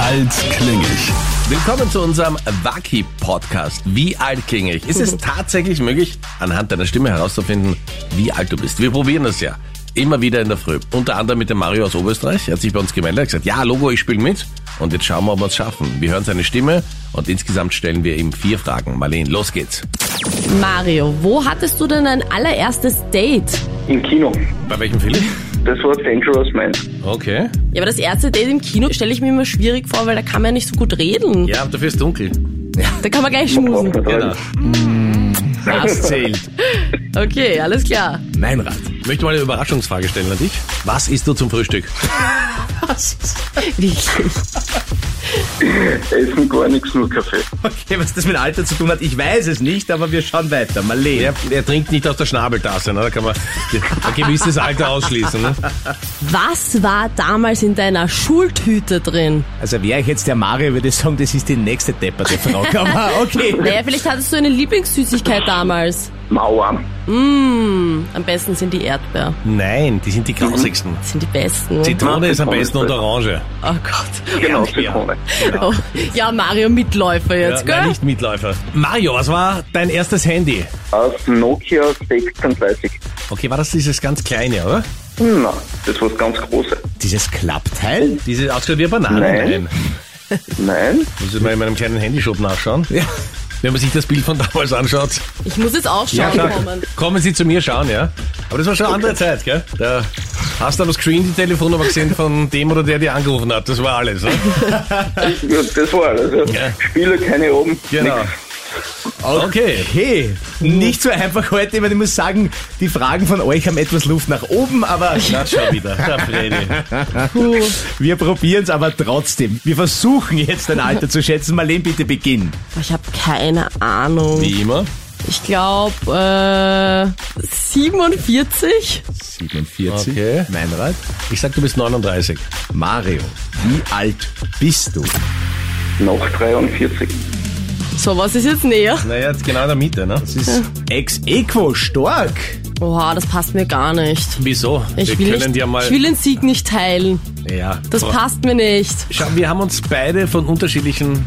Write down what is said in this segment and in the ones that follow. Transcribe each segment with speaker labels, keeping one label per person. Speaker 1: Alt kling ich. Willkommen zu unserem Waki-Podcast. Wie alt klinge ich? Ist es tatsächlich möglich, anhand deiner Stimme herauszufinden, wie alt du bist? Wir probieren das ja. Immer wieder in der Früh. Unter anderem mit dem Mario aus Oberösterreich. Er hat sich bei uns gemeldet, hat gesagt, ja, Logo, ich spiele mit. Und jetzt schauen wir, ob wir es schaffen. Wir hören seine Stimme und insgesamt stellen wir ihm vier Fragen. Marlene, los geht's.
Speaker 2: Mario, wo hattest du denn dein allererstes Date?
Speaker 3: Im Kino.
Speaker 1: Bei welchem Film?
Speaker 3: Das war Dangerous Man.
Speaker 1: Okay.
Speaker 2: Ja, aber das erste Date im Kino stelle ich mir immer schwierig vor, weil da kann man ja nicht so gut reden.
Speaker 1: Ja, dafür ist dunkel.
Speaker 2: Da kann man gleich schmusen.
Speaker 1: Genau. Das zählt.
Speaker 2: Okay, alles klar.
Speaker 4: Mein Rat.
Speaker 1: Ich möchte mal eine Überraschungsfrage stellen an dich. Was isst du zum Frühstück?
Speaker 2: Wirklich.
Speaker 3: Essen gar nichts, nur Kaffee.
Speaker 4: Okay, was das mit Alter zu tun hat, ich weiß es nicht, aber wir schauen weiter. Marlene.
Speaker 1: Er, er trinkt nicht aus der Schnabeltasse, ne? da kann man ein gewisses Alter ausschließen. Ne?
Speaker 2: Was war damals in deiner Schultüte drin?
Speaker 4: Also wäre ich jetzt der Mario, würde ich sagen, das ist die nächste depperte Frage. Aber okay.
Speaker 2: Naja, vielleicht hattest du eine Lieblingssüßigkeit damals. Mm,
Speaker 3: Mauer.
Speaker 2: Am besten sind die Erdbeer.
Speaker 1: Nein, die sind die grausigsten.
Speaker 2: Das sind die besten.
Speaker 1: Zitrone ist am besten und Orange.
Speaker 2: Oh Gott.
Speaker 3: Genau, Zitrone.
Speaker 2: Oh. Ja, Mario Mitläufer
Speaker 1: Ja,
Speaker 2: jetzt,
Speaker 1: nein,
Speaker 2: gell?
Speaker 1: nicht Mitläufer. Mario, was war dein erstes Handy?
Speaker 3: Aus Nokia 1630.
Speaker 1: Okay, war das dieses ganz kleine, oder?
Speaker 3: Nein, Hm, das war das ganz Große.
Speaker 4: Dieses Klappteil?
Speaker 1: Dieses ausgeschaut wie eine Banane?
Speaker 3: Nein. Nein,
Speaker 1: Muss ich mal in meinem kleinen Handyshop nachschauen.
Speaker 4: Ja.
Speaker 1: Wenn man sich das Bild von damals anschaut.
Speaker 2: Ich muss jetzt auch schauen kommen.
Speaker 1: Kommen Sie zu mir schauen, ja? Aber das war schon eine andere Zeit, gell? Da hast du am Screen die Telefonnummer gesehen von dem oder der, der angerufen hat. Das war alles, ne?
Speaker 3: ja, das war alles. Ja.
Speaker 1: Ja.
Speaker 3: Spiele keine oben.
Speaker 1: Genau.
Speaker 3: nix.
Speaker 1: Okay.
Speaker 4: Hey, nicht so einfach heute, weil ich muss sagen, die Fragen von euch haben etwas Luft nach oben, aber
Speaker 1: Na, schon wieder. Der Freddy.
Speaker 4: wir probieren es aber trotzdem. Wir versuchen jetzt dein Alter zu schätzen. Marlene, bitte beginn.
Speaker 2: Ich habe keine Ahnung.
Speaker 1: Wie immer.
Speaker 2: Ich glaube, äh, 47?
Speaker 4: 47.
Speaker 1: Okay.
Speaker 4: Mein Rat.
Speaker 1: Ich sag, du bist 39.
Speaker 4: Mario, wie alt bist du?
Speaker 3: Noch 43.
Speaker 2: So, was ist jetzt näher?
Speaker 1: Naja, jetzt genau in der Mitte, ne?
Speaker 4: Das ist ex equo stark.
Speaker 2: Oha, das passt mir gar nicht.
Speaker 1: Wieso?
Speaker 2: Ich
Speaker 1: wir
Speaker 2: will,
Speaker 1: können
Speaker 2: nicht,
Speaker 1: dir mal. Oh.
Speaker 2: ich will den Sieg nicht teilen.
Speaker 1: ja.
Speaker 2: Das
Speaker 1: Boah.
Speaker 2: passt mir nicht.
Speaker 1: Schau, wir haben uns beide von unterschiedlichen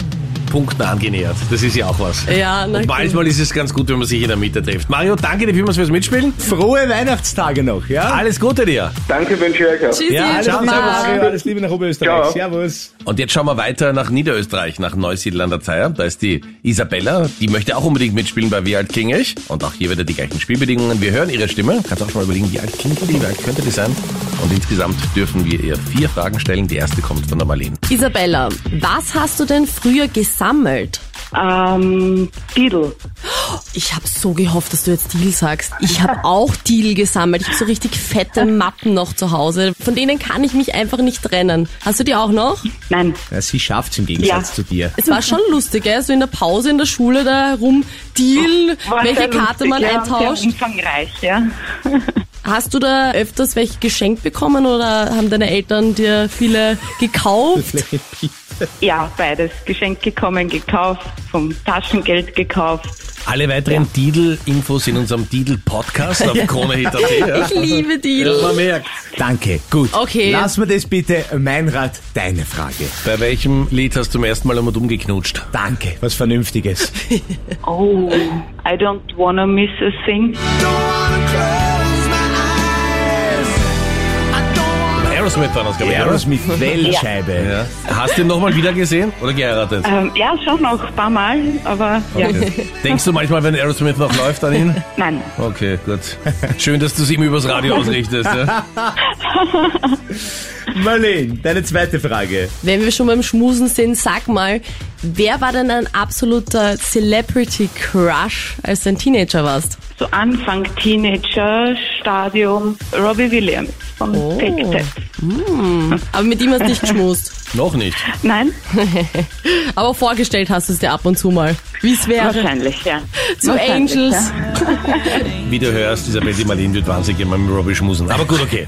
Speaker 1: Punkten angenähert. Das ist ja auch was.
Speaker 2: Ja, na
Speaker 1: Und
Speaker 2: gut.
Speaker 1: manchmal ist es ganz gut, wenn man sich in der Mitte trifft. Mario, danke dir vielmals fürs Mitspielen.
Speaker 4: Frohe Weihnachtstage noch, ja?
Speaker 1: Alles Gute dir.
Speaker 3: Danke, wünsche ich euch auch.
Speaker 2: Tschüssi,
Speaker 1: Ja,
Speaker 4: Alles
Speaker 1: ciao,
Speaker 4: Liebe,
Speaker 2: Baba.
Speaker 4: Mario, alles Liebe nach Oberösterreich.
Speaker 3: Ciao.
Speaker 4: Servus.
Speaker 1: Und jetzt schauen wir weiter nach Niederösterreich, nach Neusiedl an der Zeier. Da ist die Isabella, die möchte auch unbedingt mitspielen bei Wie alt klinge ich? Und auch hier wieder die gleichen Spielbedingungen. Wir hören ihre Stimme. Kannst auch schon mal überlegen, wie alt klingt die, wie alt könnte die sein? Und insgesamt dürfen wir ihr vier Fragen stellen. Die erste kommt von der Marlene.
Speaker 2: Isabella, was hast du denn früher gesammelt?
Speaker 5: Ähm, Titel.
Speaker 2: Ich habe so gehofft, dass du jetzt Deal sagst. Ich habe auch Deal gesammelt. Ich habe so richtig fette Mappen noch zu Hause. Von denen kann ich mich einfach nicht trennen. Hast du die auch noch?
Speaker 5: Nein.
Speaker 4: Ja, sie schafft's im Gegensatz
Speaker 5: Ja.
Speaker 4: zu dir.
Speaker 2: Es war schon lustig, gell? So in der Pause in der Schule da herum Deal,
Speaker 5: Oh, War
Speaker 2: welche
Speaker 5: sehr lustig,
Speaker 2: Karte man
Speaker 5: ja, Sehr
Speaker 2: eintauscht.
Speaker 5: umfangreich, ja.
Speaker 2: Hast du da öfters welche geschenkt bekommen oder haben deine Eltern dir viele gekauft?
Speaker 5: Ja, beides. Geschenk gekommen, gekauft, vom Taschengeld gekauft.
Speaker 1: Alle weiteren Didel-Infos in unserem Didel-Podcast auf Kronehit.at. Ja.
Speaker 2: Ich liebe Deal.
Speaker 1: Man merkt.
Speaker 4: Danke, gut.
Speaker 2: Okay.
Speaker 4: Lass mir das bitte, mein Rat, deine Frage.
Speaker 1: Bei welchem Lied hast du zum ersten Mal um und umgeknutscht?
Speaker 4: Danke, was Vernünftiges.
Speaker 5: Oh, I don't wanna miss a thing.
Speaker 1: Aerosmith war das, glaube ich. oder?
Speaker 4: Aerosmith Wellscheibe.
Speaker 1: Ja. Hast du ihn nochmal wieder gesehen oder geheiratet?
Speaker 5: Ähm, ja, schon noch ein paar Mal, aber ja.
Speaker 1: Denkst du manchmal, wenn Aerosmith noch läuft an ihn?
Speaker 5: Nein.
Speaker 1: Okay, gut. Schön, dass du es ihm übers Radio ausrichtest. Ja?
Speaker 4: Marlene, deine zweite Frage.
Speaker 2: Wenn wir schon beim Schmusen sind, sag mal, wer war denn ein absoluter Celebrity Crush, als du ein Teenager warst?
Speaker 5: So Anfang Teenager, Stadium, Robbie Williams von
Speaker 2: Oh.
Speaker 5: Take That.
Speaker 2: Aber mit ihm hast du nicht geschmust.
Speaker 1: Noch nicht.
Speaker 5: Nein,
Speaker 2: Aber vorgestellt hast du es dir ab und zu mal. Wie es wäre.
Speaker 5: wahrscheinlich, ja.
Speaker 2: Zu
Speaker 5: Wahrscheinlich,
Speaker 2: Angels.
Speaker 5: Ja.
Speaker 1: Wie du hörst, Isabel, die Marlene wird wahnsinnig immer mit Robbie schmusen. Aber gut, okay.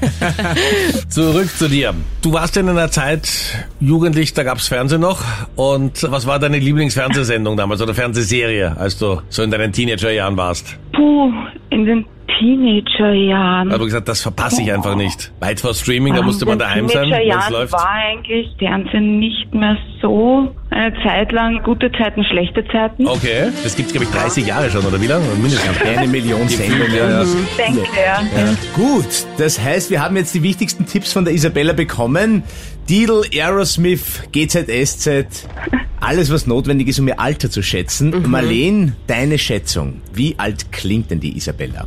Speaker 1: Zurück zu dir. Du warst in einer Zeit jugendlich, da gab's Fernsehen noch. Und was war deine Lieblingsfernsehsendung damals oder Fernsehserie, als du so in deinen Teenagerjahren warst?
Speaker 5: Puh, in den Teenagerjahren.
Speaker 1: Da habe ich gesagt, das verpasse ich einfach nicht. Weit vor Streaming,
Speaker 5: Ah,
Speaker 1: da musste man daheim sein, wenn es
Speaker 5: Teenagerjahren
Speaker 1: läuft.
Speaker 5: war eigentlich Fernsehen nicht mehr so eine Zeit lang gute Zeiten, schlechte Zeiten.
Speaker 1: Okay, das gibt's glaube ich 30 Jahre schon oder wie lange? Mindestens mhm.
Speaker 4: Eine Million Sendungen.
Speaker 1: ja, ja.
Speaker 5: Ich denke, ja.
Speaker 4: Gut, das heißt, wir haben jetzt die wichtigsten Tipps von der Isabella bekommen. Deedle, Aerosmith, GZSZ, alles was notwendig ist, um ihr Alter zu schätzen. Marleen, deine Schätzung. Wie alt klingt denn die Isabella?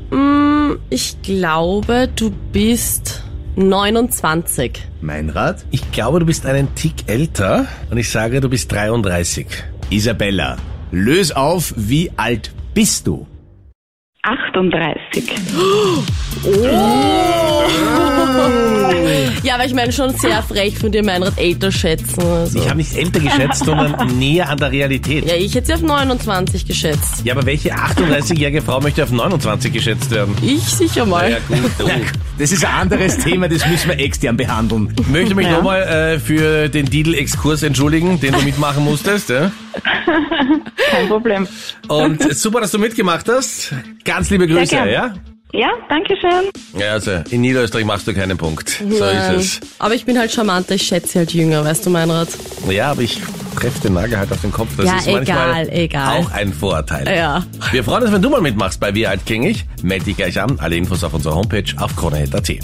Speaker 2: Ich glaube, du bist 29.
Speaker 4: Mein Rat?
Speaker 1: Ich glaube, du bist einen Tick älter und ich sage, du bist 33.
Speaker 4: Isabella, lös auf, wie alt bist du?
Speaker 5: 38.
Speaker 2: Ja, aber ich meine schon sehr frech von dir, Meinrad, älter schätzen. Also.
Speaker 1: Ich habe nicht älter geschätzt, sondern näher an der Realität.
Speaker 2: Ja, ich hätte sie auf 29 geschätzt.
Speaker 1: Ja, aber welche 38-jährige Frau möchte auf 29 geschätzt werden?
Speaker 2: Ich sicher mal.
Speaker 1: gut.
Speaker 4: Das ist ein anderes Thema, das müssen wir extern behandeln.
Speaker 1: Ich möchte mich nochmal äh, für den Didel-Exkurs entschuldigen, den du mitmachen musstest. Ja?
Speaker 5: Kein Problem.
Speaker 1: Und super, dass du mitgemacht hast. Ganz liebe Grüße,
Speaker 5: gern.
Speaker 1: ja?
Speaker 5: Ja, danke schön.
Speaker 1: Ja, also in Niederösterreich machst du keinen Punkt. So
Speaker 2: Nein.
Speaker 1: ist
Speaker 2: Aber ich bin halt charmanter, ich schätze sie halt jünger, weißt du, Meinrad?
Speaker 1: es. Ja, aber ich treffe den Nagel halt auf den Kopf. Das
Speaker 2: Ja,
Speaker 1: ist manchmal
Speaker 2: egal, egal.
Speaker 1: auch ein Vorteil.
Speaker 2: Ja.
Speaker 1: Wir freuen uns, wenn du mal mitmachst bei Wie alt klinge ich? Meld dich gleich an. Alle Infos auf unserer Homepage auf kronehit.at.